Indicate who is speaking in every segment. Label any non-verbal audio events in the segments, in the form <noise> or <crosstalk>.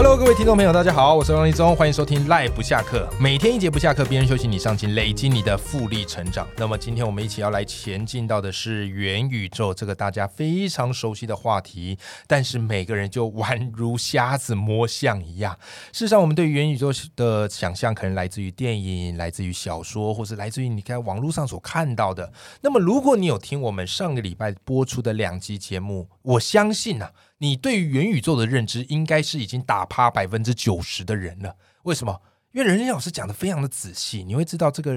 Speaker 1: Hello，各位听众朋友，大家好，我是王立中，欢迎收听《赖不下课》，每天一节不下课，别人休息你上进，累积你的复利成长。那么今天我们一起要来前进到的是元宇宙这个大家非常熟悉的话题，但是每个人就宛如瞎子摸象一样。事实上，我们对元宇宙的想象可能来自于电影、来自于小说，或是来自于你在网络上所看到的。那么，如果你有听我们上个礼拜播出的两集节目，我相信啊。你对于元宇宙的认知，应该是已经打趴百分之九十的人了。为什么？因为任任老师讲的非常的仔细，你会知道这个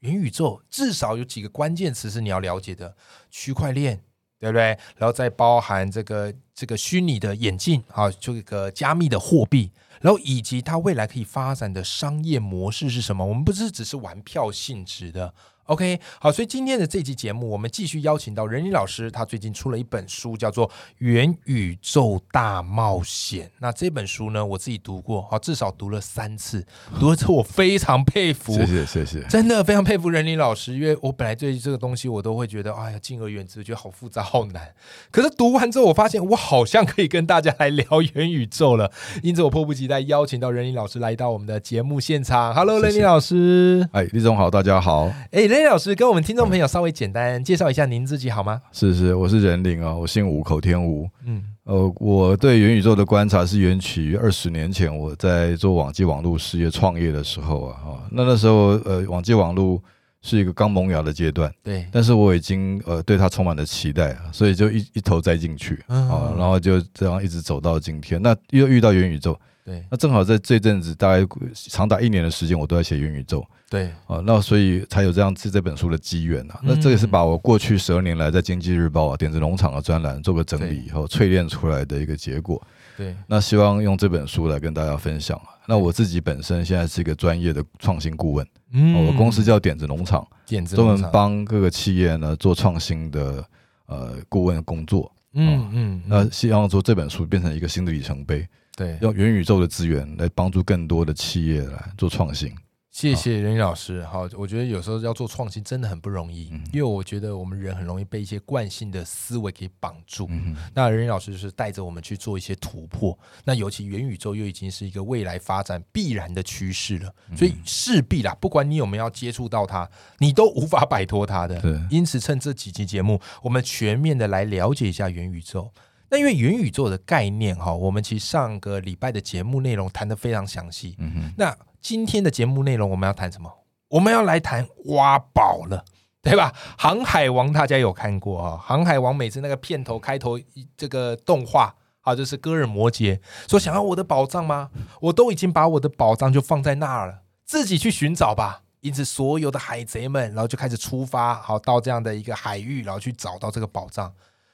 Speaker 1: 元宇宙至少有几个关键词是你要了解的：区块链，对不对？然后再包含这个这个虚拟的眼镜啊，这个加密的货币，然后以及它未来可以发展的商业模式是什么？我们不是只是玩票性质的。OK，好，所以今天的这期节目，我们继续邀请到任一老师，他最近出了一本书，叫做《元宇宙大冒险》。那这本书呢，我自己读过，好，至少读了三次，读了之后我非常佩服，
Speaker 2: 谢谢谢谢，
Speaker 1: <laughs> 真的非常佩服任林老师，因为我本来对这个东西我都会觉得，哎呀，敬而远之，觉得好复杂、好难。可是读完之后，我发现我好像可以跟大家来聊元宇宙了，因此我迫不及待邀请到任林老师来到我们的节目现场。Hello，
Speaker 2: 谢
Speaker 1: 任
Speaker 2: 谢
Speaker 1: 林老师。
Speaker 2: 哎，李总好，大家好，
Speaker 1: 哎，任林老师跟我们听众朋友稍微简单介绍一下您自己好吗？
Speaker 2: 是是，我是人灵啊，我姓吴，口天吴。
Speaker 1: 嗯，
Speaker 2: 呃，我对元宇宙的观察是源起于二十年前我在做网际网络事业创业的时候啊，哦，那那时候呃，网际网络是一个刚萌芽的阶段，
Speaker 1: 对，
Speaker 2: 但是我已经呃对它充满了期待啊，所以就一一头栽进去
Speaker 1: 嗯
Speaker 2: 啊，然后就这样一直走到今天。那又遇到元宇宙，
Speaker 1: 对，
Speaker 2: 那正好在这阵子大概长达一年的时间，我都在写元宇宙。
Speaker 1: 对，
Speaker 2: 啊，那所以才有这样子这本书的机缘啊。那这个是
Speaker 1: 嗯
Speaker 2: 把我过去十二年来在《经济日报》啊、点子农场的专栏做个整理以后淬炼出来的一个结果。
Speaker 1: 对，
Speaker 2: 那希望用这本书来跟大家分享啊。那我自己本身现在是一个专业的创新顾问，啊
Speaker 1: 嗯
Speaker 2: 我公司叫点子农场，
Speaker 1: 点子
Speaker 2: 专
Speaker 1: 农
Speaker 2: 门
Speaker 1: 场，
Speaker 2: 帮各个企业呢做创新的呃顾问工作。
Speaker 1: 嗯嗯，
Speaker 2: 那希望说这本书变成一个新的里程碑，
Speaker 1: 对，
Speaker 2: 用元宇宙的资源来帮助更多的企业来做创新。
Speaker 1: 谢谢任宇老师。好，我觉得有时候要做创新真的很不容易，
Speaker 2: 嗯
Speaker 1: 因为我觉得我们人很容易被一些惯性的思维给绑住。
Speaker 2: 嗯哼。
Speaker 1: 那任宇老师就是带着我们去做一些突破。那尤其元宇宙又已经是一个未来发展必然的趋势了，
Speaker 2: 嗯
Speaker 1: 所以势必啦，不管你有没有要接触到它，你都无法摆脱它的。
Speaker 2: 对
Speaker 1: 因此，趁这几期节目，我们全面的来了解一下元宇宙。那因为元宇宙的概念哈，我们其实上个礼拜的节目内容谈得非常详细。
Speaker 2: 嗯哼
Speaker 1: 那今天的节目内容我们要谈什么？我们要来谈挖宝了。对吧？航海王大家有看过啊、航海王每次那个片头开头一这个动画啊，就是戈尔摩杰说想要我的宝藏吗？我都已经把我的宝藏就放在那儿了，自己去寻找吧。因此，所有的海贼们，然后就开始出发，好到这样的一个海域，然后去找到这个宝藏。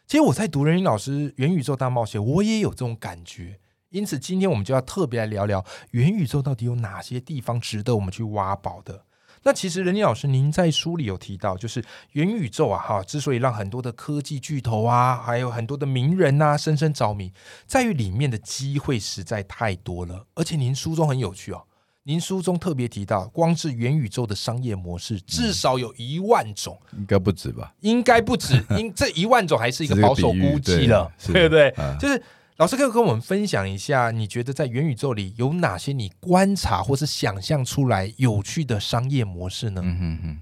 Speaker 1: 其实我在读任云老师《元宇宙大冒险》，我也有这种感觉。因此，今天我们就要特别来聊聊元宇宙到底有哪些地方值得我们去挖宝的。那其实任宁老师，您在书里有提到，就是元宇宙啊，哈，之所以让很多的科技巨头啊，还有很多的名人啊，深深着迷，在于里面的机会实在太多了。而且您书中很有趣哦，您书中特别提到，光是元宇宙的商业模式至少有一万种。
Speaker 2: 应该不止吧？
Speaker 1: 应该不
Speaker 2: <laughs>
Speaker 1: 止，应这一万种还是一个
Speaker 2: 只是一个
Speaker 1: 保守
Speaker 2: 比喻
Speaker 1: 估计了，
Speaker 2: 对
Speaker 1: <laughs>
Speaker 2: 是
Speaker 1: 对不对？
Speaker 2: 啊
Speaker 1: 就是老师可以跟我们分享一下，你觉得在元宇宙里有哪些你观察或是想象出来有趣的商业模式呢？
Speaker 2: 嗯哼哼。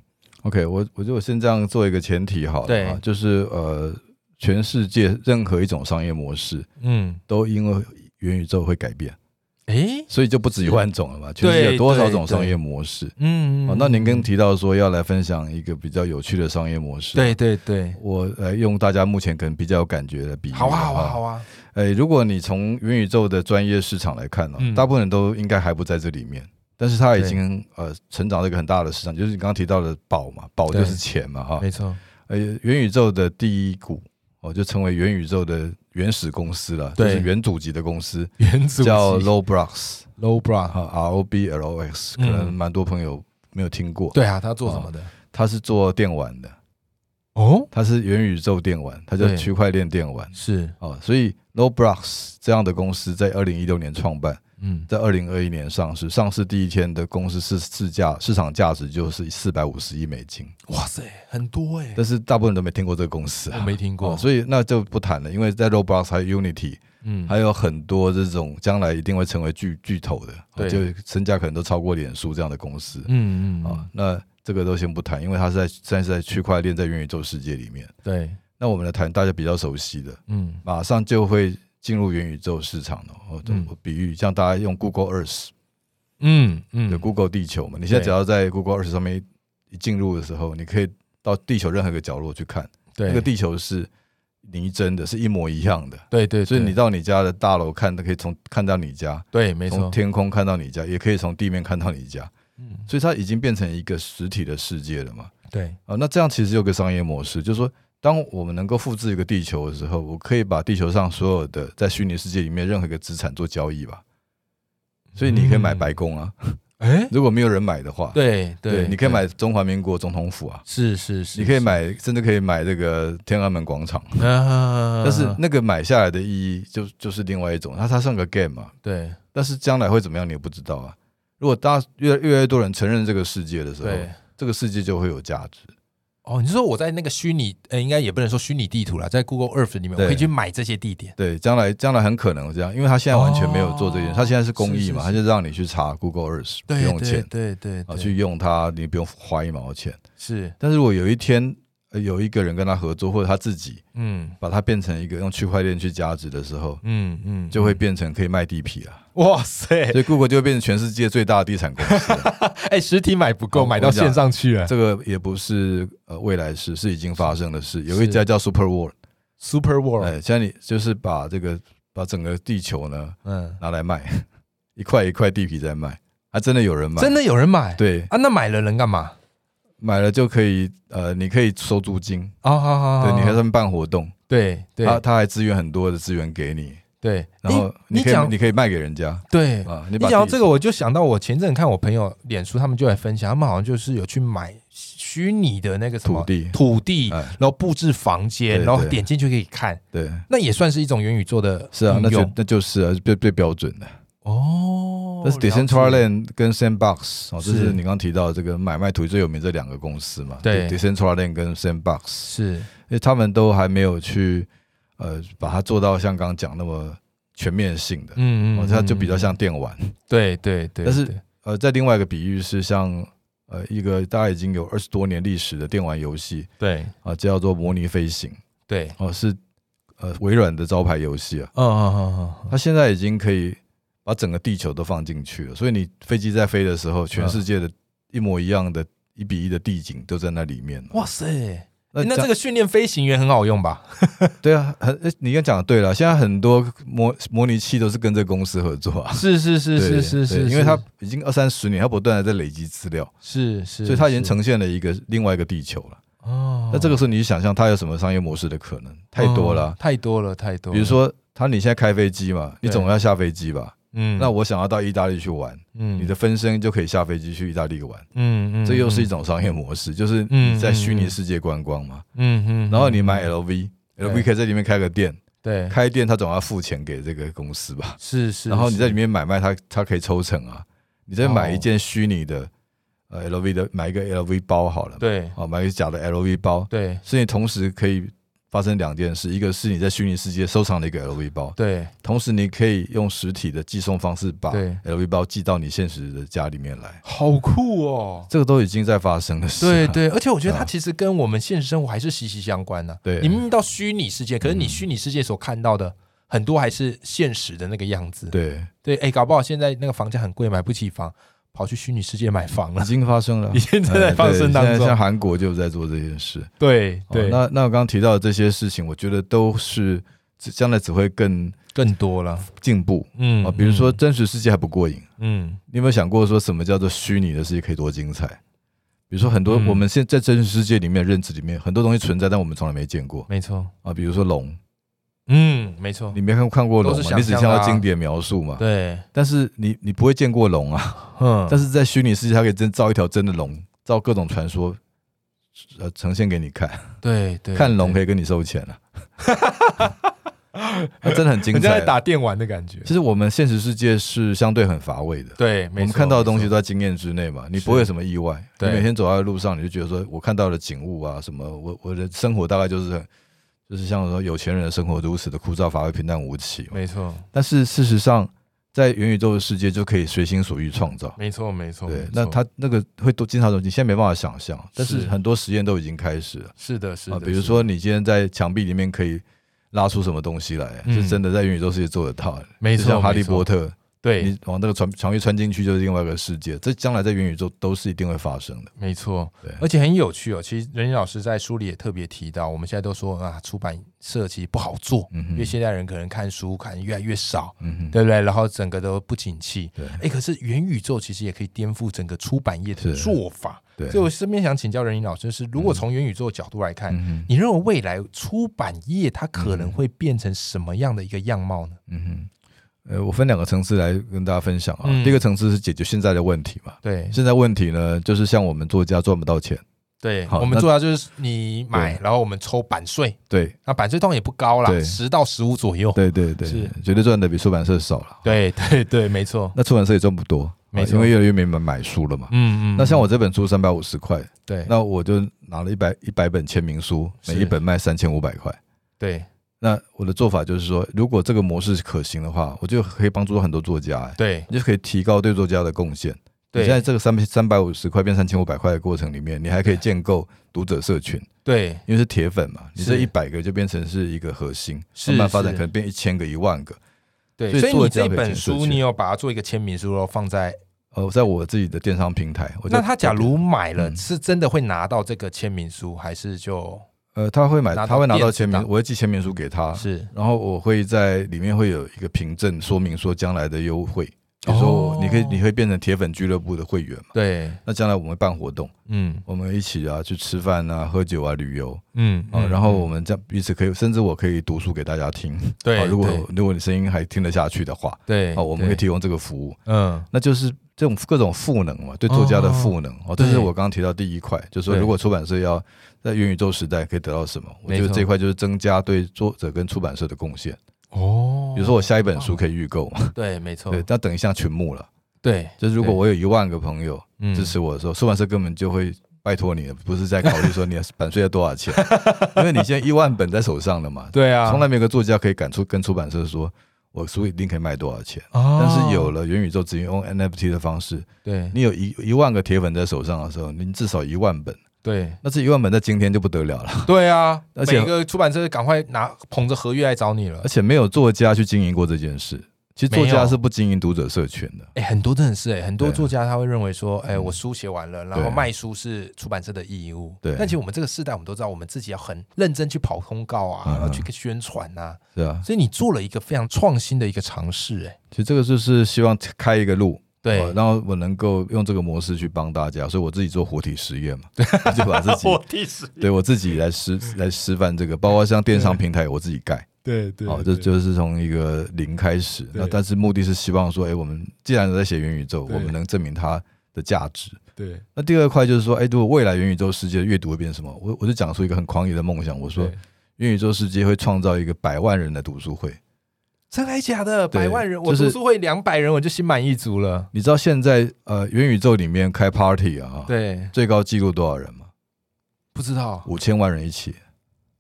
Speaker 2: OK，我我就先这样做一个前提好了，
Speaker 1: 对
Speaker 2: 啊就是呃，全世界任何一种商业模式
Speaker 1: 嗯，
Speaker 2: 都因为元宇宙会改变，
Speaker 1: 诶，
Speaker 2: 所以就不止一万种了嘛。全世界有多少种商业模式？
Speaker 1: 嗯
Speaker 2: 哦，那您刚提到说要来分享一个比较有趣的商业模式，，
Speaker 1: 对对对，
Speaker 2: 我来用大家目前可能比较有感觉的比喻，
Speaker 1: 好啊好啊
Speaker 2: 不
Speaker 1: 好啊，
Speaker 2: 哎，如果你从元宇宙的专业市场来看呢、
Speaker 1: 嗯
Speaker 2: 大部分人都应该还不在这里面，但是它已经呃成长了一个很大的市场，就是你刚刚提到的宝嘛，宝
Speaker 1: 对
Speaker 2: 就是钱嘛哈。
Speaker 1: 没错，
Speaker 2: 呃，元宇宙的第一股哦，就成为元宇宙的原始公司了，就
Speaker 1: 对
Speaker 2: 是元祖级的公司，
Speaker 1: 原子
Speaker 2: 叫 Roblox
Speaker 1: low bra，
Speaker 2: 哈，R O B L O X，可
Speaker 1: 嗯
Speaker 2: 能蛮多朋友没有听过。
Speaker 1: 对啊，他做什么的？
Speaker 2: 它是做电玩的，
Speaker 1: 哦，
Speaker 2: 它是元宇宙电玩，它叫
Speaker 1: 对
Speaker 2: 区块链电玩
Speaker 1: 是
Speaker 2: 哦，所以 NoBlocks 这样的公司在二零一六年创办，
Speaker 1: 嗯，
Speaker 2: 在二零二一年上市，上市第一天的公司市市价市场价值就是四百五十亿美金，
Speaker 1: 哇塞，很多哎、
Speaker 2: 但是大部分人都没听过这个公司
Speaker 1: 我
Speaker 2: 啊，
Speaker 1: 没听过，
Speaker 2: 哦所以那就不谈了，因为在 Roblox 还有 Unity，
Speaker 1: 嗯，
Speaker 2: 还有很多这种将来一定会成为巨巨头的，
Speaker 1: 对
Speaker 2: 哦就身价可能都超过脸书这样的公司啊、
Speaker 1: 嗯嗯
Speaker 2: 哦
Speaker 1: 嗯，
Speaker 2: 那这个都先不谈，因为它是在现在是在区块链在元宇宙世界里面。
Speaker 1: 对，
Speaker 2: 那我们来谈大家比较熟悉的，
Speaker 1: 嗯
Speaker 2: 马上就会进入元宇宙市场了。哦
Speaker 1: 嗯，
Speaker 2: 我比喻像大家用 Google Earth，
Speaker 1: 嗯嗯，
Speaker 2: 就 Google 地球嘛，你现在
Speaker 1: 对
Speaker 2: 只要在 Google Earth 上面一进入的时候，你可以到地球任何一个角落去看，
Speaker 1: 对
Speaker 2: 那个地球是泥真的，是一模一样的。
Speaker 1: 对对，
Speaker 2: 所以
Speaker 1: 对
Speaker 2: 你到你家的大楼看，可以从看到你家，
Speaker 1: 对没
Speaker 2: 从
Speaker 1: 错，
Speaker 2: 天空看到你家，也可以从地面看到你家，
Speaker 1: 嗯
Speaker 2: 所以它已经变成一个实体的世界了嘛。
Speaker 1: 对，
Speaker 2: 啊，那这样其实有个商业模式，就是说，当我们能够复制一个地球的时候，我可以把地球上所有的在虚拟世界里面任何一个资产做交易吧。所以你可以买白宫啊，
Speaker 1: 哎、
Speaker 2: 如果没有人买的话，
Speaker 1: 对
Speaker 2: 你可以买中华民国总统府啊，
Speaker 1: 是是是，
Speaker 2: 你可以
Speaker 1: 是，
Speaker 2: 买，甚至可以买这个天安门广场。
Speaker 1: 啊、
Speaker 2: 但是那个买下来的意义就就是另外一种，它它算个 game 嘛，
Speaker 1: 对
Speaker 2: 但是将来会怎么样你也不知道啊。如果大家越越来越多人承认这个世界的时候，
Speaker 1: 对。
Speaker 2: 这个世界就会有价值。
Speaker 1: 哦，你是说我在那个虚拟，呃，应该也不能说虚拟地图啦，在 Google Earth 里面，我
Speaker 2: 对
Speaker 1: 可以去买这些地点。
Speaker 2: 对，将来将来很可能这样，因为他现在完全没有做这件
Speaker 1: 哦
Speaker 2: 事，他现在是公益嘛，
Speaker 1: 是是是
Speaker 2: 他就让你去查 Google Earth 不
Speaker 1: 对
Speaker 2: 用
Speaker 1: 对
Speaker 2: 钱
Speaker 1: 对对
Speaker 2: 啊，
Speaker 1: 对，
Speaker 2: 去用它，你不用花一毛钱。
Speaker 1: 是，
Speaker 2: 但是如果有一天呃有一个人跟他合作，或者他自己
Speaker 1: 嗯
Speaker 2: 把它变成一个用区块链去加值的时候，
Speaker 1: 嗯嗯，
Speaker 2: 就会变成可以卖地皮了。
Speaker 1: 哇塞，
Speaker 2: 所以 Google 就会变成全世界最大的地产公司
Speaker 1: <laughs>
Speaker 2: 了。
Speaker 1: 哎，实体买不够，
Speaker 2: 哦
Speaker 1: 买到
Speaker 2: 我跟你讲
Speaker 1: 线上去了。
Speaker 2: 这个也不是呃未来事，是已经发生的事。有一
Speaker 1: 是
Speaker 2: 家叫 Super World，
Speaker 1: Super
Speaker 2: 哎
Speaker 1: World，，
Speaker 2: 现在你就是把这个把整个地球呢
Speaker 1: 嗯，
Speaker 2: 拿来卖， <laughs> 一块一块地皮在卖，还真的有人买，
Speaker 1: 真的有人买？
Speaker 2: 对，
Speaker 1: 啊，那买了能干嘛？
Speaker 2: 买了就可以呃，你可以收租金，
Speaker 1: 哦，好好好，
Speaker 2: 对，你还
Speaker 1: 好
Speaker 2: 他们办活动，
Speaker 1: 对
Speaker 2: 他
Speaker 1: 对
Speaker 2: 他还支援很多的资源给你，
Speaker 1: 对，
Speaker 2: 啊然后
Speaker 1: 你
Speaker 2: 你
Speaker 1: 你
Speaker 2: 可以
Speaker 1: 讲
Speaker 2: 你可以卖给人家
Speaker 1: 对，
Speaker 2: 啊，
Speaker 1: 你
Speaker 2: 你把
Speaker 1: 讲到
Speaker 2: 地
Speaker 1: 这个，我就想到我前阵看我朋友脸书，他们就来分享，他们好像就是有去买虚拟的那个什么
Speaker 2: 土地
Speaker 1: 土地，
Speaker 2: 哎
Speaker 1: 然后布置房间，
Speaker 2: 对
Speaker 1: 然后
Speaker 2: 对
Speaker 1: 点进去可以看，
Speaker 2: 对。
Speaker 1: 那也算是一种元宇宙的
Speaker 2: 是啊，那
Speaker 1: 应
Speaker 2: 就
Speaker 1: 用
Speaker 2: 那就是啊，最最标准的。
Speaker 1: 哦，
Speaker 2: 但是
Speaker 1: 了解
Speaker 2: Decentraland 跟 Sandbox 哦，这
Speaker 1: 是
Speaker 2: 是你刚刚提到的这个买卖土地最有名这两个公司嘛？
Speaker 1: 对
Speaker 2: ，Decentraland 跟 Sandbox，
Speaker 1: 是
Speaker 2: 因为他们都还没有去呃把它做到像刚刚讲那么全面性的，
Speaker 1: 嗯
Speaker 2: 哦，
Speaker 1: 嗯，
Speaker 2: 它就
Speaker 1: 嗯
Speaker 2: 比较像电玩。
Speaker 1: 对对对，
Speaker 2: 但是
Speaker 1: 对
Speaker 2: 呃，在另外一个比喻是像呃一个大概已经有二十多年历史的电玩游戏
Speaker 1: 对
Speaker 2: 啊，叫做《模拟飞行》
Speaker 1: 对，
Speaker 2: 哦，是呃微软的招牌游戏啊。
Speaker 1: 嗯嗯嗯嗯嗯，
Speaker 2: 它现在已经可以把整个地球都放进去了，所以你飞机在飞的时候，全世界的一模一样的、一比一的地景都在那里面了。
Speaker 1: 哇塞！
Speaker 2: 那
Speaker 1: 那
Speaker 2: 这
Speaker 1: 这
Speaker 2: 样
Speaker 1: 个训练飞行员很好用吧？
Speaker 2: 对啊，很呃你刚讲的对了，现在很多模模拟器都是跟这个公司合作啊。
Speaker 1: 是是是
Speaker 2: <laughs>
Speaker 1: 是
Speaker 2: 对
Speaker 1: 是
Speaker 2: 对
Speaker 1: 是，
Speaker 2: 因为它已经二三十年，它不断的在累积资料，
Speaker 1: 是是，
Speaker 2: 所以它已经
Speaker 1: 是
Speaker 2: 呈现了一个另外一个地球了。
Speaker 1: 哦
Speaker 2: 那这个时候你想象它有什么商业模式的可能？太多了
Speaker 1: 哦
Speaker 2: 啊。
Speaker 1: 太多了太多了。
Speaker 2: 比如说，它你现在开飞机嘛，你
Speaker 1: 对
Speaker 2: 总要下飞机吧？
Speaker 1: 嗯，
Speaker 2: 那我想要到意大利去玩，
Speaker 1: 嗯
Speaker 2: 你的分身就可以下飞机去意大利玩，
Speaker 1: 嗯嗯，
Speaker 2: 这又是一
Speaker 1: 种
Speaker 2: 种商业模式，就是
Speaker 1: 嗯
Speaker 2: 你在虚拟世界观光嘛。
Speaker 1: 嗯嗯，
Speaker 2: 然后你
Speaker 1: 嗯
Speaker 2: 买 LV。
Speaker 1: 对
Speaker 2: LV 可以在里面开个店，
Speaker 1: 对
Speaker 2: 开店他总要付钱给这个公司吧，
Speaker 1: 是是，
Speaker 2: 然后你在
Speaker 1: 是哦
Speaker 2: 里面买卖，他他可以抽成啊。你再买一件虚拟的呃 LV 的，买一个 LV 包好了，，
Speaker 1: 对
Speaker 2: 哦，买一个假的 LV 包，
Speaker 1: 对
Speaker 2: 所以同时可以发生两件事，一个是你在虚拟世界收藏了一个 LV 包，
Speaker 1: 对
Speaker 2: 同时你可以用实体的寄送方式把
Speaker 1: 对
Speaker 2: LV 包寄到你现实的家里面来，
Speaker 1: 好酷哦。
Speaker 2: 这个都已经在发生的事
Speaker 1: 对
Speaker 2: 了。
Speaker 1: 对，而且我觉得它
Speaker 2: 啊
Speaker 1: 其实跟我们现实生活还是息息相关的、
Speaker 2: 对嗯
Speaker 1: 你明明到虚拟世界，可是你虚拟世界所看到的很多还是现实的那个样子。
Speaker 2: 对
Speaker 1: 对，哎，搞不好现在那个房价很贵，买不起房，跑去虚拟世界买房
Speaker 2: <laughs> 已
Speaker 1: 了，
Speaker 2: 经发生了
Speaker 1: <laughs> 已，经正在发生当
Speaker 2: 哎对现在
Speaker 1: 中
Speaker 2: 像。韩国就在做这件事。
Speaker 1: 对
Speaker 2: 哦
Speaker 1: 对，
Speaker 2: 那那我刚刚提到的这些事情，我觉得都是只将来只会更
Speaker 1: 更多了。
Speaker 2: 进步
Speaker 1: 嗯
Speaker 2: 啊。比如说，真实世界还不过瘾，
Speaker 1: 嗯，
Speaker 2: 你有没有想过说什么叫做虚拟的世界可以多精彩？比如说，很多
Speaker 1: 嗯
Speaker 2: 我们现在真实世界里面认知里面很多东西存在，但我们从来没见过
Speaker 1: 没错。
Speaker 2: 啊。比如说龙，
Speaker 1: 嗯，没错。
Speaker 2: 你没看看过龙
Speaker 1: 都是
Speaker 2: 嘛？
Speaker 1: 想
Speaker 2: 你只
Speaker 1: 象
Speaker 2: 看
Speaker 1: 的啊
Speaker 2: 到经典描述嘛？
Speaker 1: 对，
Speaker 2: 但是你你不会见过龙啊。
Speaker 1: 嗯，
Speaker 2: 但是在虚拟世界，它可以真造一条真的龙，造各种传说，呃，呈现给你看。
Speaker 1: 对对，
Speaker 2: 看龙可
Speaker 1: 以
Speaker 2: 以跟你收钱了、啊 <laughs> 那真的很精
Speaker 1: 人家
Speaker 2: 彩
Speaker 1: 在
Speaker 2: 啊。
Speaker 1: 打电玩的感觉。
Speaker 2: 其实我们现实世界是相对很乏味的，
Speaker 1: 对，
Speaker 2: 我
Speaker 1: 没
Speaker 2: 们
Speaker 1: 错
Speaker 2: 看到的东西
Speaker 1: 没
Speaker 2: 都
Speaker 1: 错
Speaker 2: 在经验之内嘛，你
Speaker 1: 是
Speaker 2: 不会有什么意外。你
Speaker 1: 对
Speaker 2: 每天走在路上，你就觉得说我看到的景物啊，什么我我的生活大概就是很就是像说有钱人的生活如此的枯燥乏味、平淡无奇嘛。
Speaker 1: 没错，
Speaker 2: 但是事实上，在元宇宙的世界就可以随心所欲创造。
Speaker 1: 没错，没哦错。没
Speaker 2: 对
Speaker 1: 错，
Speaker 2: 那它那个会多经常东西，现在没办法想象，但是
Speaker 1: 是
Speaker 2: 很多实验都已经开始了
Speaker 1: 是的，是
Speaker 2: 啊
Speaker 1: 的。，
Speaker 2: 比如
Speaker 1: 是的
Speaker 2: 说你今天在墙壁里面可以拉出什么东西来，
Speaker 1: 嗯
Speaker 2: 是真的在元宇宙世界做得到的。
Speaker 1: 没
Speaker 2: 就
Speaker 1: 错，
Speaker 2: 像哈利
Speaker 1: 没错
Speaker 2: 波特，
Speaker 1: 对，
Speaker 2: 你往那个船墙壁穿进去就是另外一个世界，这将来在元宇宙都是一定会发生的。
Speaker 1: 没错
Speaker 2: 对，
Speaker 1: 而且很有趣哦。其实任老师在书里也特别提到，我们现在都说啊，出版社其实不好做，
Speaker 2: 嗯
Speaker 1: 因为
Speaker 2: 哼，
Speaker 1: 现在人可能看书看越来越少，
Speaker 2: 嗯哼，
Speaker 1: 对不对？然后整个都不景气。
Speaker 2: 对
Speaker 1: 哎，可是元宇宙其实也可以颠覆整个出版业的
Speaker 2: 是
Speaker 1: 做法。
Speaker 2: 对，
Speaker 1: 所以我身边想请教任英老师是，如果从元宇宙的角度来看，
Speaker 2: 嗯哼，
Speaker 1: 你认为未来出版业它可能会变成什么样的一个样貌呢？
Speaker 2: 嗯哼，呃，我分两个层次来跟大家分享啊。
Speaker 1: 嗯
Speaker 2: 第一个层次是解决现在的问题嘛，
Speaker 1: 对
Speaker 2: 现在问题呢，就是像我们作家赚不到钱，
Speaker 1: 对，
Speaker 2: 好
Speaker 1: 我们
Speaker 2: 那
Speaker 1: 做到就是你买，
Speaker 2: 对
Speaker 1: 然后我们抽版税，
Speaker 2: 对，
Speaker 1: 那版税通常也不高啦，
Speaker 2: 对
Speaker 1: 十到十五左右。
Speaker 2: 对对对，
Speaker 1: 是
Speaker 2: 绝对赚的比出版社少了。
Speaker 1: 对对对，没错。
Speaker 2: 那出版社也赚不多，
Speaker 1: 没
Speaker 2: 啊
Speaker 1: 错
Speaker 2: 因为越来越没人买书了嘛。
Speaker 1: 嗯嗯。嗯
Speaker 2: 那像我这本书三百五十块，
Speaker 1: 对
Speaker 2: 那我就拿了一百一百本签名书，
Speaker 1: 是
Speaker 2: 每一本卖三千五百块。
Speaker 1: 对
Speaker 2: 那我的做法就是说，如果这个模式可行的话，我就可以帮助到很多作家、哎，
Speaker 1: 对
Speaker 2: 你就可以提高对作家的贡献。你
Speaker 1: 对，
Speaker 2: 现在这个三三百五十块变三千五百块的过程里面，你还可以建构读者社群，
Speaker 1: 对
Speaker 2: 因为是铁粉嘛，你这
Speaker 1: 是
Speaker 2: 一百个就变成是一个核心，
Speaker 1: 是
Speaker 2: 慢慢发展
Speaker 1: 是
Speaker 2: 可能变一千个、一万个。
Speaker 1: 对，
Speaker 2: 所以
Speaker 1: 所以
Speaker 2: 作
Speaker 1: 你
Speaker 2: 者
Speaker 1: 这
Speaker 2: 可以
Speaker 1: 本
Speaker 2: 牵涉
Speaker 1: 书
Speaker 2: 去
Speaker 1: 你有把它做一个签名书，然后放在
Speaker 2: 呃，在我自己的电商平台，我就
Speaker 1: 那他假如买了，
Speaker 2: 嗯
Speaker 1: 是真的会拿到这个签名书，还是就
Speaker 2: 呃，他会买，
Speaker 1: 拿到
Speaker 2: 他会拿到签
Speaker 1: 电
Speaker 2: 名
Speaker 1: 子，档
Speaker 2: 我会寄签名书给他，
Speaker 1: 是
Speaker 2: 然后我会在里面会有一个凭证，说明说将来的优惠，比如说
Speaker 1: 哦
Speaker 2: 你可以你会变成铁粉俱乐部的会员嘛，
Speaker 1: 对，
Speaker 2: 那将来我们会办活动，
Speaker 1: 嗯
Speaker 2: 我们一起啊去吃饭啊、喝酒啊、旅游
Speaker 1: 嗯
Speaker 2: 啊，
Speaker 1: 嗯
Speaker 2: 然后
Speaker 1: 嗯
Speaker 2: 我们这样彼此可以，甚至我可以读书给大家听，
Speaker 1: 对
Speaker 2: 啊，如果
Speaker 1: 对
Speaker 2: 如果你声音还听得下去的话，
Speaker 1: 对
Speaker 2: 啊，我们会
Speaker 1: 对
Speaker 2: 提供这个服务，
Speaker 1: 嗯
Speaker 2: 那就是这种各种赋能嘛，对作家的赋能哦，这
Speaker 1: 对
Speaker 2: 是我刚刚提到第一块，就是说
Speaker 1: 对
Speaker 2: 如果出版社要在元宇宙时代可以得到什么，我
Speaker 1: 没
Speaker 2: 觉得
Speaker 1: 错
Speaker 2: 这一块就是增加对作者跟出版社的贡献。
Speaker 1: 哦
Speaker 2: 比如说我下一本书可以预购嘛，
Speaker 1: 对，没错，
Speaker 2: 对，那等一下群募了，
Speaker 1: 对，
Speaker 2: 就是如果
Speaker 1: 对
Speaker 2: 我有一万个朋友
Speaker 1: 嗯
Speaker 2: 支持我的时候，出版社根本就会。拜托你了，不是在考虑说你的版税要多
Speaker 1: <laughs>
Speaker 2: 少钱，因为你现在一万本在手上了嘛，
Speaker 1: 对啊，
Speaker 2: 从来没有一个作家可以敢出跟出版社说，我书一定可以卖多少钱。
Speaker 1: 哦，
Speaker 2: 但是有了元宇宙，只用 NFT 的方式，
Speaker 1: 对
Speaker 2: 你有一一万个铁粉在手上的时候，你至少一万本，
Speaker 1: 对
Speaker 2: 那这一万本在今天就不得了 <laughs> 了，
Speaker 1: 对啊，
Speaker 2: 而且
Speaker 1: 每个出版社赶快拿捧着合约来找你了
Speaker 2: 而。且没有作家去经营过这件事。其实作
Speaker 1: 没
Speaker 2: 家
Speaker 1: 有
Speaker 2: 是不经营读者社群的，
Speaker 1: 哎，很多真的是哎，很多
Speaker 2: 对啊
Speaker 1: 作家他会认为说，哎，我书写完了，然后
Speaker 2: 对
Speaker 1: 卖书是出版社的义务。
Speaker 2: 对
Speaker 1: 但其实我们这个时代，我们都知道，我们自己要很认真去跑通告啊，
Speaker 2: 嗯
Speaker 1: 然后去宣传啊。
Speaker 2: 是吧？
Speaker 1: 所以你做了一个非常创新的一个尝试，哎，
Speaker 2: 其实这个就是希望开一个路，
Speaker 1: 对
Speaker 2: 哦，然后我能够用这个模式去帮大家，所以我自己做活体实验嘛， <laughs> 我就把自
Speaker 1: <laughs>
Speaker 2: 己
Speaker 1: 第十，
Speaker 2: <laughs> 对我自己来示来示范这个，包括像电商平台我自己盖，
Speaker 1: 对对
Speaker 2: 哦，这就是从一个零开始，那
Speaker 1: 对
Speaker 2: 但是目的是希望说，哎，我们既然在写元宇宙，
Speaker 1: 对
Speaker 2: 我们能证明它的价值，
Speaker 1: 对
Speaker 2: 那第二块就是说，哎，如果未来元宇宙世界的阅读会变成什么？我我就讲出一个很狂野的梦想，我说元宇宙世界会创造一个百万人的读书会。
Speaker 1: 真还假的，
Speaker 2: 对
Speaker 1: 百万人，我
Speaker 2: 就是
Speaker 1: 读书会两百人，我就心满意足了。
Speaker 2: 你知道现在呃元宇宙里面开 party
Speaker 1: 哦
Speaker 2: 啊，
Speaker 1: 对，
Speaker 2: 最高纪录多少人吗？
Speaker 1: 不知道
Speaker 2: 五千万人一起，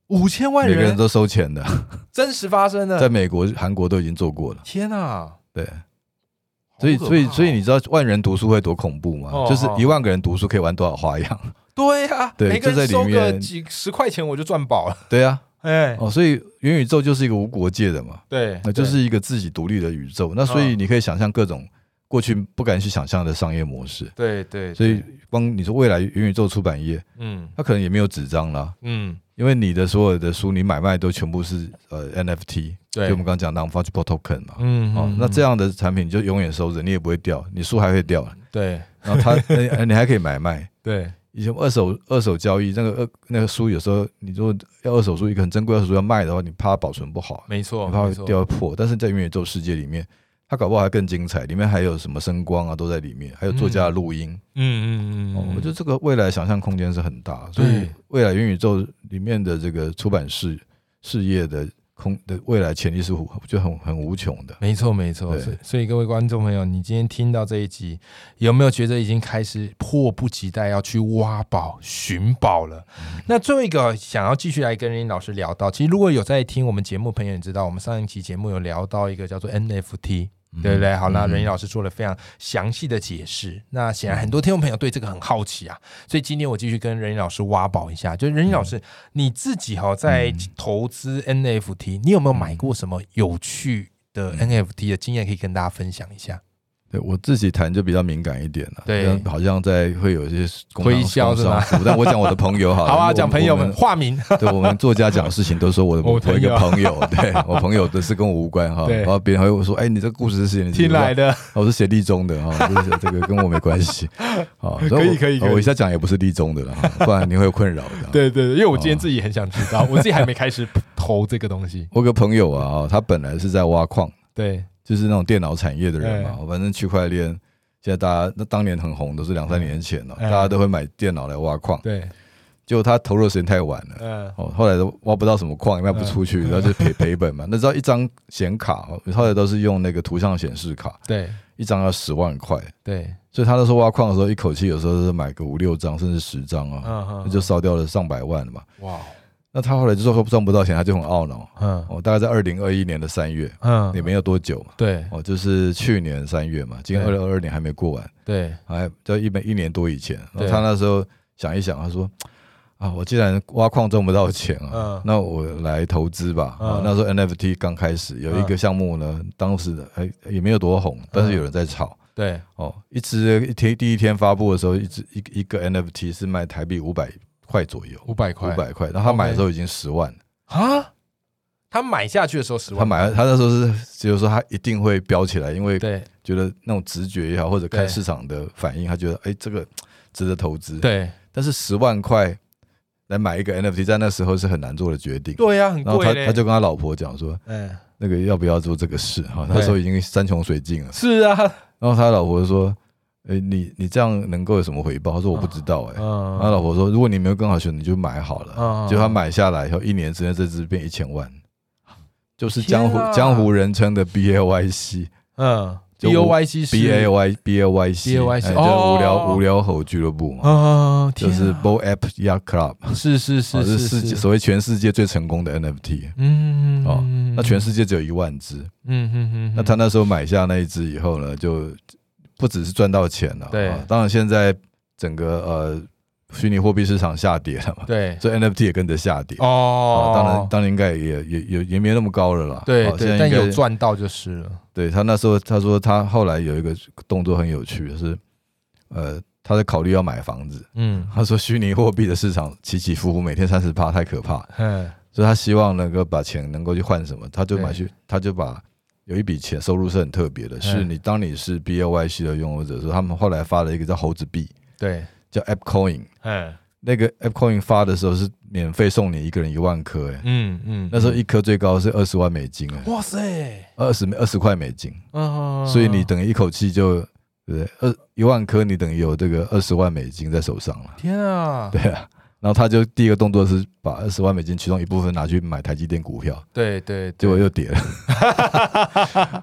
Speaker 1: 五千万
Speaker 2: 每个人
Speaker 1: 人
Speaker 2: 都收
Speaker 1: <laughs>
Speaker 2: 钱的，
Speaker 1: 真实发生
Speaker 2: 在
Speaker 1: 的，
Speaker 2: 美国、韩国都已经做过了。
Speaker 1: 天啊！
Speaker 2: 对，所以
Speaker 1: 好可
Speaker 2: 所以
Speaker 1: 怕哦
Speaker 2: 所以你知道万人读书会多恐怖吗
Speaker 1: 哦？
Speaker 2: 就是
Speaker 1: 哦
Speaker 2: 一万个人读书可以玩多少花样？ <laughs>
Speaker 1: 对啊，
Speaker 2: 对
Speaker 1: 每个
Speaker 2: 就在
Speaker 1: 人
Speaker 2: 里
Speaker 1: 收个
Speaker 2: 面
Speaker 1: 几十块钱我就赚饱
Speaker 2: <laughs>
Speaker 1: 了。
Speaker 2: 对啊，
Speaker 1: 哎，
Speaker 2: 哦，所以元宇宙就是一个无国界的嘛。
Speaker 1: 对，嗯
Speaker 2: 那就是一个自己独立的宇宙。那所以你可以想象各种过去不敢去想象的商业模式。
Speaker 1: 对对，对
Speaker 2: 所以光你说未来元宇宙出版业，
Speaker 1: 嗯
Speaker 2: 它可能也没有纸张啦，
Speaker 1: 嗯，
Speaker 2: 因为你的所有的书你买卖都全部是呃 NFT，就
Speaker 1: 对，
Speaker 2: 我们刚刚讲的 fungible token 嘛。
Speaker 1: 嗯
Speaker 2: 哦，那这样的产品你就永远收着，你也不会掉，你书还会掉，
Speaker 1: 嗯对
Speaker 2: 然后它
Speaker 1: <laughs>
Speaker 2: 呃你还可以买卖。
Speaker 1: 对
Speaker 2: 以前二手二手交易那个二那个书有时候你如果要二手书一个很珍贵的二手书要卖的话，你怕它保存不好，
Speaker 1: 没错，
Speaker 2: 很怕
Speaker 1: 哦没
Speaker 2: 会
Speaker 1: 错
Speaker 2: 掉破。但是在元宇宙世界里面，它搞不好还更精彩，里面还有什么声光啊都在里面，还有作家的录音。
Speaker 1: 嗯嗯嗯
Speaker 2: 哦
Speaker 1: 嗯，
Speaker 2: 我觉得这个未来想象空间是很大，所
Speaker 1: 对
Speaker 2: 以未来元宇宙里面的这个出版事事业的空的未来潜力是无就很很无穷的。
Speaker 1: 没错，没错。
Speaker 2: 对
Speaker 1: 所以所以各位观众朋友，你今天听到这一集，有没有觉得已经开始迫不及待要去挖宝、寻宝了？那最后一个想要继续来跟林老师聊到，其实如果有在听我们节目的朋友，你知道我们上一期节目有聊到一个叫做 NFT。对嗯不对？好，
Speaker 2: 嗯
Speaker 1: 那任毅老师做了非常详细的解释。那显然很多听众朋友对这个很好奇啊，所以今天我继续跟任毅老师挖宝一下。就是任毅老师，你自己哈、在投资 NFT，你有没有买过什么有趣的 NFT 的经验可以跟大家分享一下？
Speaker 2: 对我自己谈就比较敏感一点了、
Speaker 1: 对
Speaker 2: 这样好像在会有一些工商
Speaker 1: 推销是吗
Speaker 2: 工商服务但我讲我的朋友好
Speaker 1: <laughs>
Speaker 2: 了，
Speaker 1: 好
Speaker 2: 因
Speaker 1: 啊，
Speaker 2: 为
Speaker 1: 讲
Speaker 2: 我
Speaker 1: 朋友们，化名。
Speaker 2: 我们 <laughs> 对我们作家讲事情都说我的
Speaker 1: 我
Speaker 2: 我
Speaker 1: 朋
Speaker 2: 一
Speaker 1: 友
Speaker 2: 个朋友，
Speaker 1: <laughs>
Speaker 2: 对我朋友的事跟我无关哈，
Speaker 1: 对
Speaker 2: 然后别人还会说，哎，你这个故事是谁？你
Speaker 1: 听来 <laughs>
Speaker 2: 的，
Speaker 1: 的，
Speaker 2: 我是写立中的哈，就是这个跟我没关
Speaker 1: <laughs>
Speaker 2: 系，好，所
Speaker 1: 可以
Speaker 2: 我哦
Speaker 1: 可以可以
Speaker 2: 我一下讲也不是立中的了，哈不然你会有困扰的。
Speaker 1: 对对，对因为我今天自己很想知 <laughs> 道，我自己还没开始投这个东西。
Speaker 2: 我有个朋友啊，哦他本来是在挖矿，
Speaker 1: 对，
Speaker 2: 就是那种电脑产业的人嘛哦
Speaker 1: 哎，
Speaker 2: 反正区块链现在大家那当年很红，都是两三年前了，
Speaker 1: 哎
Speaker 2: 大家都会买电脑来挖矿。
Speaker 1: 对，
Speaker 2: 结果他投入的时间太晚了，
Speaker 1: 嗯，
Speaker 2: 哦，后来都挖不到什么矿，卖不出去，然后就赔赔本嘛。那知道一张显卡，哦后来都是用那个图像显示卡，
Speaker 1: 对
Speaker 2: 一张要十万块，
Speaker 1: 对，
Speaker 2: 所以他那时候挖矿的时候，一口气有时候是买个五六张甚至十张啊，
Speaker 1: 嗯
Speaker 2: 那
Speaker 1: 嗯，
Speaker 2: 就烧掉了上百万了嘛。
Speaker 1: 哇，
Speaker 2: 那他后来就说赚不到钱，他就很懊恼。
Speaker 1: 嗯
Speaker 2: 哦，大概在二零二一年的三月，
Speaker 1: 嗯，
Speaker 2: 也没有多久嘛，
Speaker 1: 对
Speaker 2: 哦，就是去年三月嘛，今年二
Speaker 1: 对
Speaker 2: 零二二年还没过完，
Speaker 1: 对
Speaker 2: 还在一本一年多以前，然后
Speaker 1: 对
Speaker 2: 他那时候想一想，他说啊，我既然挖矿赚不到钱啊
Speaker 1: 嗯，
Speaker 2: 那我来投资吧。
Speaker 1: 嗯
Speaker 2: 啊那时候 NFT 刚开始，
Speaker 1: 啊
Speaker 2: 有一个项目呢，当时的哎也没有多红，但是有人在炒。
Speaker 1: 对，
Speaker 2: 哦，一直一天第一天发布的时候，一直一一个 NFT 是卖台币五百块左右，
Speaker 1: 五百
Speaker 2: 五
Speaker 1: 块，
Speaker 2: 百块。然后他买的时候已经十万了，
Speaker 1: 啊，他买下去的时候十万，
Speaker 2: 他买他那时候是就是说他一定会飙起来，因为
Speaker 1: 对
Speaker 2: 觉得那种直觉也好，或者
Speaker 1: 对
Speaker 2: 看市场的反应，他觉得哎、这个值得投资。
Speaker 1: 对
Speaker 2: 但是十万块来买一个 NFT，在那时候是很难做的决定。
Speaker 1: 对呀，很
Speaker 2: 然后他
Speaker 1: 贵嘞，
Speaker 2: 他就跟他老婆讲说，
Speaker 1: 嗯，
Speaker 2: 那个要不要做这个事哈？那时候已经山穷水尽了。
Speaker 1: 是啊，
Speaker 2: 然后他老婆说，哎、你你这样能够有什么回报？他说我不知道哎、
Speaker 1: 嗯，
Speaker 2: 他老婆说，如果你没有更好选，你就买好了。
Speaker 1: 嗯
Speaker 2: 结果他买下来以后，一年之内这只变一千万，就是
Speaker 1: 天
Speaker 2: 江湖
Speaker 1: 啊
Speaker 2: 江湖人称的 BAYC。
Speaker 1: 嗯
Speaker 2: 就
Speaker 1: ，B O Y C 是
Speaker 2: B A Y B A Y C
Speaker 1: BAYC
Speaker 2: 哎就是
Speaker 1: 哦
Speaker 2: 无聊无聊猴俱乐部嘛，
Speaker 1: 啊，
Speaker 2: 就
Speaker 1: 天
Speaker 2: 是
Speaker 1: 啊
Speaker 2: Bo App Yacht Club，
Speaker 1: 是是
Speaker 2: 哦
Speaker 1: 是
Speaker 2: 是
Speaker 1: 是
Speaker 2: 世界所谓全世界最成功的 NFT。
Speaker 1: 嗯
Speaker 2: 哦那全世界只有一万只，
Speaker 1: 嗯嗯嗯，
Speaker 2: 那他那时候买下那一只以后呢，就不只是赚到钱了，
Speaker 1: 对
Speaker 2: 啊当然现在整个呃虚拟货币市场下跌了嘛，
Speaker 1: 对
Speaker 2: 所以 NFT 也跟着下跌。
Speaker 1: 哦
Speaker 2: 啊，当然，当然应该也也也也没那么高了啦。
Speaker 1: 对
Speaker 2: 啊现在
Speaker 1: 对，
Speaker 2: 应
Speaker 1: 但
Speaker 2: 该
Speaker 1: 有赚到就是了，
Speaker 2: 对他那时候，他说他后来有一个动作很有趣，就是呃，他在考虑要买房子。
Speaker 1: 嗯
Speaker 2: 他说虚拟货币的市场起起伏伏，每天三十趴太可怕，
Speaker 1: 嗯
Speaker 2: 所以他希望能够把钱能够去换什么，他就
Speaker 1: 对
Speaker 2: 买去，他就把有一笔钱收入是很特别的，是
Speaker 1: 嗯
Speaker 2: 你当你是 B L Y C 的拥有者的时候，他们后来发了一个叫猴子币，
Speaker 1: 对，
Speaker 2: 叫 App Coin，
Speaker 1: 嗯
Speaker 2: 那个 App Coin 发的时候是免费送你一个人一万颗，哎，
Speaker 1: 嗯嗯，
Speaker 2: 那时候一颗最高是二十万美金，哎，
Speaker 1: 哇塞，
Speaker 2: 二十二十块美金，
Speaker 1: 嗯，
Speaker 2: 所以你等于一口气就对不对？二一万颗，你等于有这个二十万美金在手上了，
Speaker 1: 天啊，
Speaker 2: 对啊。然后他就第一个动作是把二十万美金其中一部分拿去买台积电股票，
Speaker 1: 对对
Speaker 2: 结
Speaker 1: 对
Speaker 2: 果又
Speaker 1: <laughs>
Speaker 2: 跌了。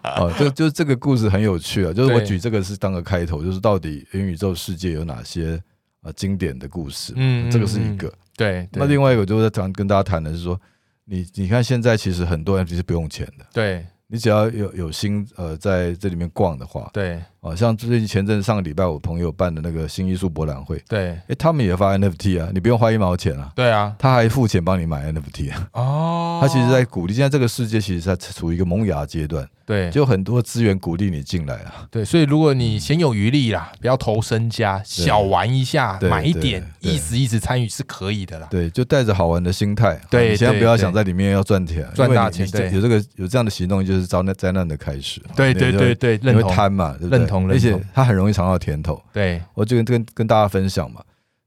Speaker 2: 哦，就就这个故事很有趣啊，就是我
Speaker 1: 对
Speaker 2: 举这个是当个开头，就是到底元宇宙世界有哪些啊经典的故事？
Speaker 1: 嗯嗯
Speaker 2: 这个是一个。
Speaker 1: 对，
Speaker 2: 那另外一个就是在谈跟大家谈的是说，你你看现在其实很多 NFT 是不用钱的，
Speaker 1: 对
Speaker 2: 你只要有有心呃在这里面逛的话，
Speaker 1: 对
Speaker 2: 啊，像最近前阵上个礼拜我朋友办的那个新艺术博览会，
Speaker 1: 对
Speaker 2: 诶，他们也发 NFT 啊，你不用花一毛钱啊，
Speaker 1: 对啊，
Speaker 2: 他还付钱帮你买 NFT 啊。
Speaker 1: 哦，
Speaker 2: 他其实在鼓励，现在这个世界其实在处于一个萌芽阶段，
Speaker 1: 对
Speaker 2: 就很多资源鼓励你进来
Speaker 1: <laughs>
Speaker 2: 啊。
Speaker 1: 对，所以如果你先有余力啦，不要投身家，小玩一下，
Speaker 2: 对
Speaker 1: 买一
Speaker 2: 对
Speaker 1: 点，
Speaker 2: 对
Speaker 1: 一直一直参与是可以的啦。
Speaker 2: 对，就带着好玩的心态，哦
Speaker 1: 对
Speaker 2: 你千万
Speaker 1: 对
Speaker 2: 不要
Speaker 1: 对
Speaker 2: 想在里面要赚钱，
Speaker 1: 赚
Speaker 2: 因为
Speaker 1: 大
Speaker 2: 你
Speaker 1: 钱
Speaker 2: 你
Speaker 1: 对
Speaker 2: 有这个有这样的行动就是灾难灾难的开始。
Speaker 1: 对对
Speaker 2: 你就
Speaker 1: 对
Speaker 2: 会，
Speaker 1: 对，
Speaker 2: 你
Speaker 1: 认
Speaker 2: 会
Speaker 1: 同，
Speaker 2: 贪嘛，对不对
Speaker 1: 认同
Speaker 2: 而
Speaker 1: 认
Speaker 2: 且
Speaker 1: 同
Speaker 2: 他很容易尝到甜头。
Speaker 1: 对
Speaker 2: 我就跟跟跟大家分享嘛。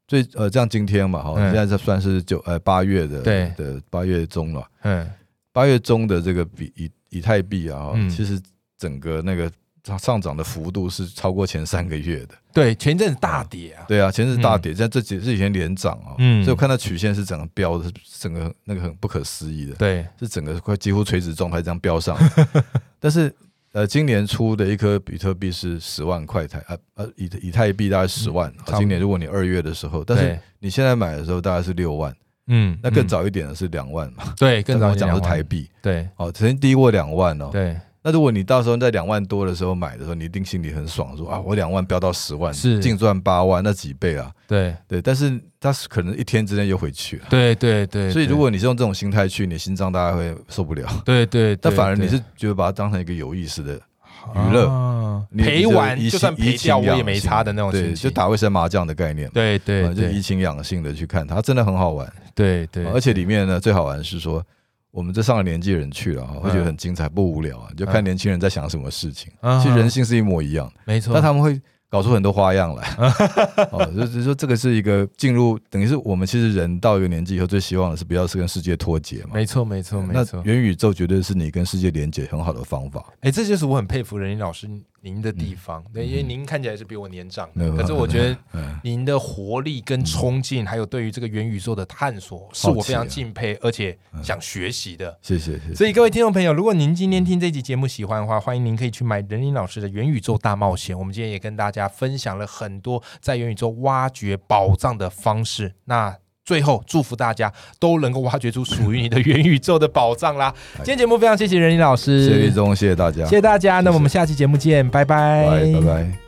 Speaker 2: 最呃，这样今天嘛，哈，
Speaker 1: 嗯
Speaker 2: 现在这算是九呃八月的
Speaker 1: 对
Speaker 2: 的八月中了，
Speaker 1: 嗯
Speaker 2: 八月中的这个比以以太币啊，哈
Speaker 1: 嗯
Speaker 2: 其实整个那个上涨的幅度是超过前三个月的。
Speaker 1: 对，前一阵子大跌啊，
Speaker 2: 对啊，前是大跌，但这几这几天连涨啊、哦，
Speaker 1: 嗯
Speaker 2: 所以我看到曲线是整个飙的，整个那个很不可思议的，
Speaker 1: 对，
Speaker 2: 是整个快几乎垂直状态这样飙上来。
Speaker 1: <laughs>
Speaker 2: 但是呃，今年出的一颗比特币是十万块台，呃呃，以以太币大概十万、
Speaker 1: 嗯
Speaker 2: 啊
Speaker 1: 不多
Speaker 2: 今年如果你二月的时候，但是
Speaker 1: 对
Speaker 2: 你现在买的时候大概是六万，
Speaker 1: 嗯，
Speaker 2: 那更
Speaker 1: 嗯，
Speaker 2: 早一点的是两万嘛，
Speaker 1: 对，更早
Speaker 2: 我讲的
Speaker 1: 两
Speaker 2: 是
Speaker 1: 万
Speaker 2: 台，币，
Speaker 1: 对
Speaker 2: 哦，曾经低过两万哦。
Speaker 1: 对
Speaker 2: 那如果你到时候在两万多的时候买的时候，你一定心里很爽，说啊，我两万飙到十万，
Speaker 1: 是
Speaker 2: 净赚八万，那几倍啊？
Speaker 1: 对
Speaker 2: 对，但是它是可能一天之内就回去了。
Speaker 1: 对对对，
Speaker 2: 所以如果你是用这种心态去，你心脏大概会受
Speaker 1: <laughs>
Speaker 2: 不了。
Speaker 1: 对对，对
Speaker 2: 但反而你
Speaker 1: 对
Speaker 2: 是觉得把它当成一个有意思的，
Speaker 1: 啊
Speaker 2: 娱你
Speaker 1: 陪玩
Speaker 2: 你的
Speaker 1: 就算
Speaker 2: 怡情
Speaker 1: 赔掉我也
Speaker 2: 养性
Speaker 1: 没差的那种
Speaker 2: 对，
Speaker 1: 心情
Speaker 2: 就打卫生麻将的概念嘛，
Speaker 1: 对对
Speaker 2: 啊就
Speaker 1: 对
Speaker 2: 怡情养性的去看它，真的很好玩。啊
Speaker 1: 对对，
Speaker 2: 而且里面呢，最好玩的是说，我们这上了年纪的人去了啊，会觉得
Speaker 1: 嗯
Speaker 2: 很精彩，不无聊啊，你就看
Speaker 1: 嗯
Speaker 2: 年轻人在想什么事情。
Speaker 1: 啊
Speaker 2: 其实人性是一模一样的，
Speaker 1: 没错，
Speaker 2: 但他们会搞出很多
Speaker 1: <laughs>
Speaker 2: 花样来。哦，就是说这个是一个进入，等于是我们其实人到一个年纪以后，最希望的是不要是跟世界脱节嘛。
Speaker 1: 没错没错没
Speaker 2: 那
Speaker 1: 错，
Speaker 2: 元宇宙绝对是你跟世界连接很好的方法。
Speaker 1: 哎，这就是我很佩服任林老师您的地方，对，因为您看起来是比我年长
Speaker 2: 没
Speaker 1: 的，
Speaker 2: 有
Speaker 1: 可是我觉得
Speaker 2: 嗯，
Speaker 1: 您的活力跟冲劲，还有对于这个元宇宙的探索，是我非常敬佩而且想学习的。
Speaker 2: 谢谢谢谢。
Speaker 1: 所以各位听众朋友，如果您今天听这期节目喜欢的话，欢迎您可以去买任林老师的《元宇宙大冒险》。我们今天也跟大家分享了很多在元宇宙挖掘宝藏的方式。那最后祝福大家都能够挖掘出属于你的元宇宙的宝藏 <laughs> 啦！今天节目非常谢谢任林老师，
Speaker 2: 谢谢立中，谢谢大家，
Speaker 1: 谢谢大家。那
Speaker 2: 谢谢
Speaker 1: 我们下期节目见，拜拜，
Speaker 2: 拜拜拜。